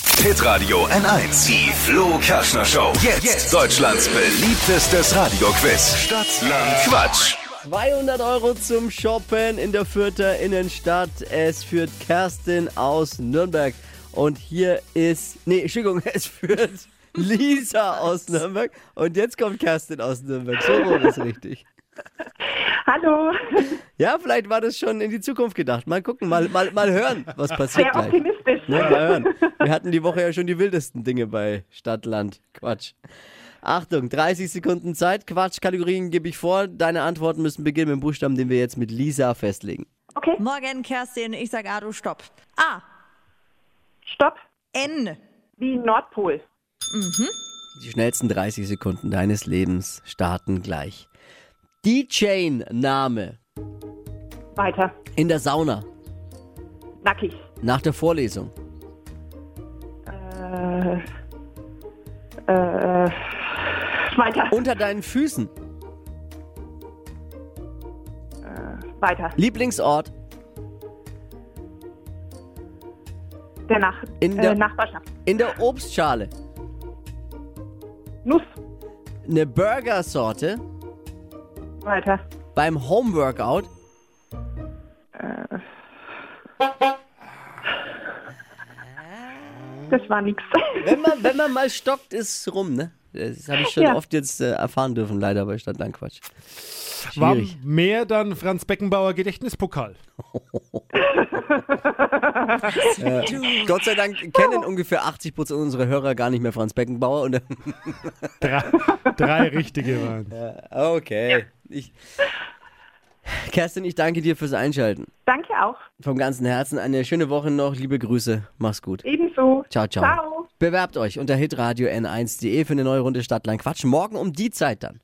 Hitradio N1. Die Flo Kaschner Show. Jetzt, Deutschlands beliebtestes Radioquiz. Stadt, Land, Quatsch. 200 Euro zum Shoppen in der Fürther Innenstadt. Es führt Kerstin aus Nürnberg. Und hier ist, nee, Entschuldigung, es führt Lisa aus Nürnberg. Und jetzt kommt Kerstin aus Nürnberg. So rum ist richtig. Hallo, Ja, vielleicht war das schon in die Zukunft gedacht. Mal gucken, mal, mal, mal hören, was passiert sehr gleich. optimistisch. Ne, mal hören. Wir hatten die Woche ja schon die wildesten Dinge bei Stadtland. Quatsch. Achtung, 30 Sekunden Zeit. Quatsch, Kategorien gebe ich vor. Deine Antworten müssen beginnen mit dem Buchstaben, den wir jetzt mit Lisa festlegen. Okay, Morgen, Kerstin. Ich sag A, du stopp. A. stopp, N. wie Nordpol. Die schnellsten 30 Sekunden deines Lebens starten gleich. Die Chain-Name Weiter, in der Sauna, nackig. nach der Vorlesung, Äh, äh, weiter, unter deinen Füßen, weiter, Lieblingsort, der, Nach In äh, der- Nachbarschaft. in der Obstschale, Nuss, eine Burgersorte, weiter, beim Homeworkout, das war nix. Wenn man, wenn man mal stockt, ist rum, ne? Das habe ich schon Ja. oft jetzt äh, erfahren dürfen, leider bei Stadtland Quatsch. War Schwierig. mehr dann Franz Beckenbauer Gedächtnispokal. Gott sei Dank kennen Oh. ungefähr 80 Prozent unserer Hörer gar nicht mehr Franz Beckenbauer. Und, Drei, drei richtige waren. okay. Ich, Kerstin, ich danke dir fürs Einschalten. Danke auch, Vom ganzen Herzen eine schöne Woche noch. Liebe Grüße. Mach's gut. ebenso. Ciao, ciao. Ciao. Bewerbt euch unter hitradio n1.de für eine neue Runde Stadtland Quatsch. Morgen um die Zeit dann.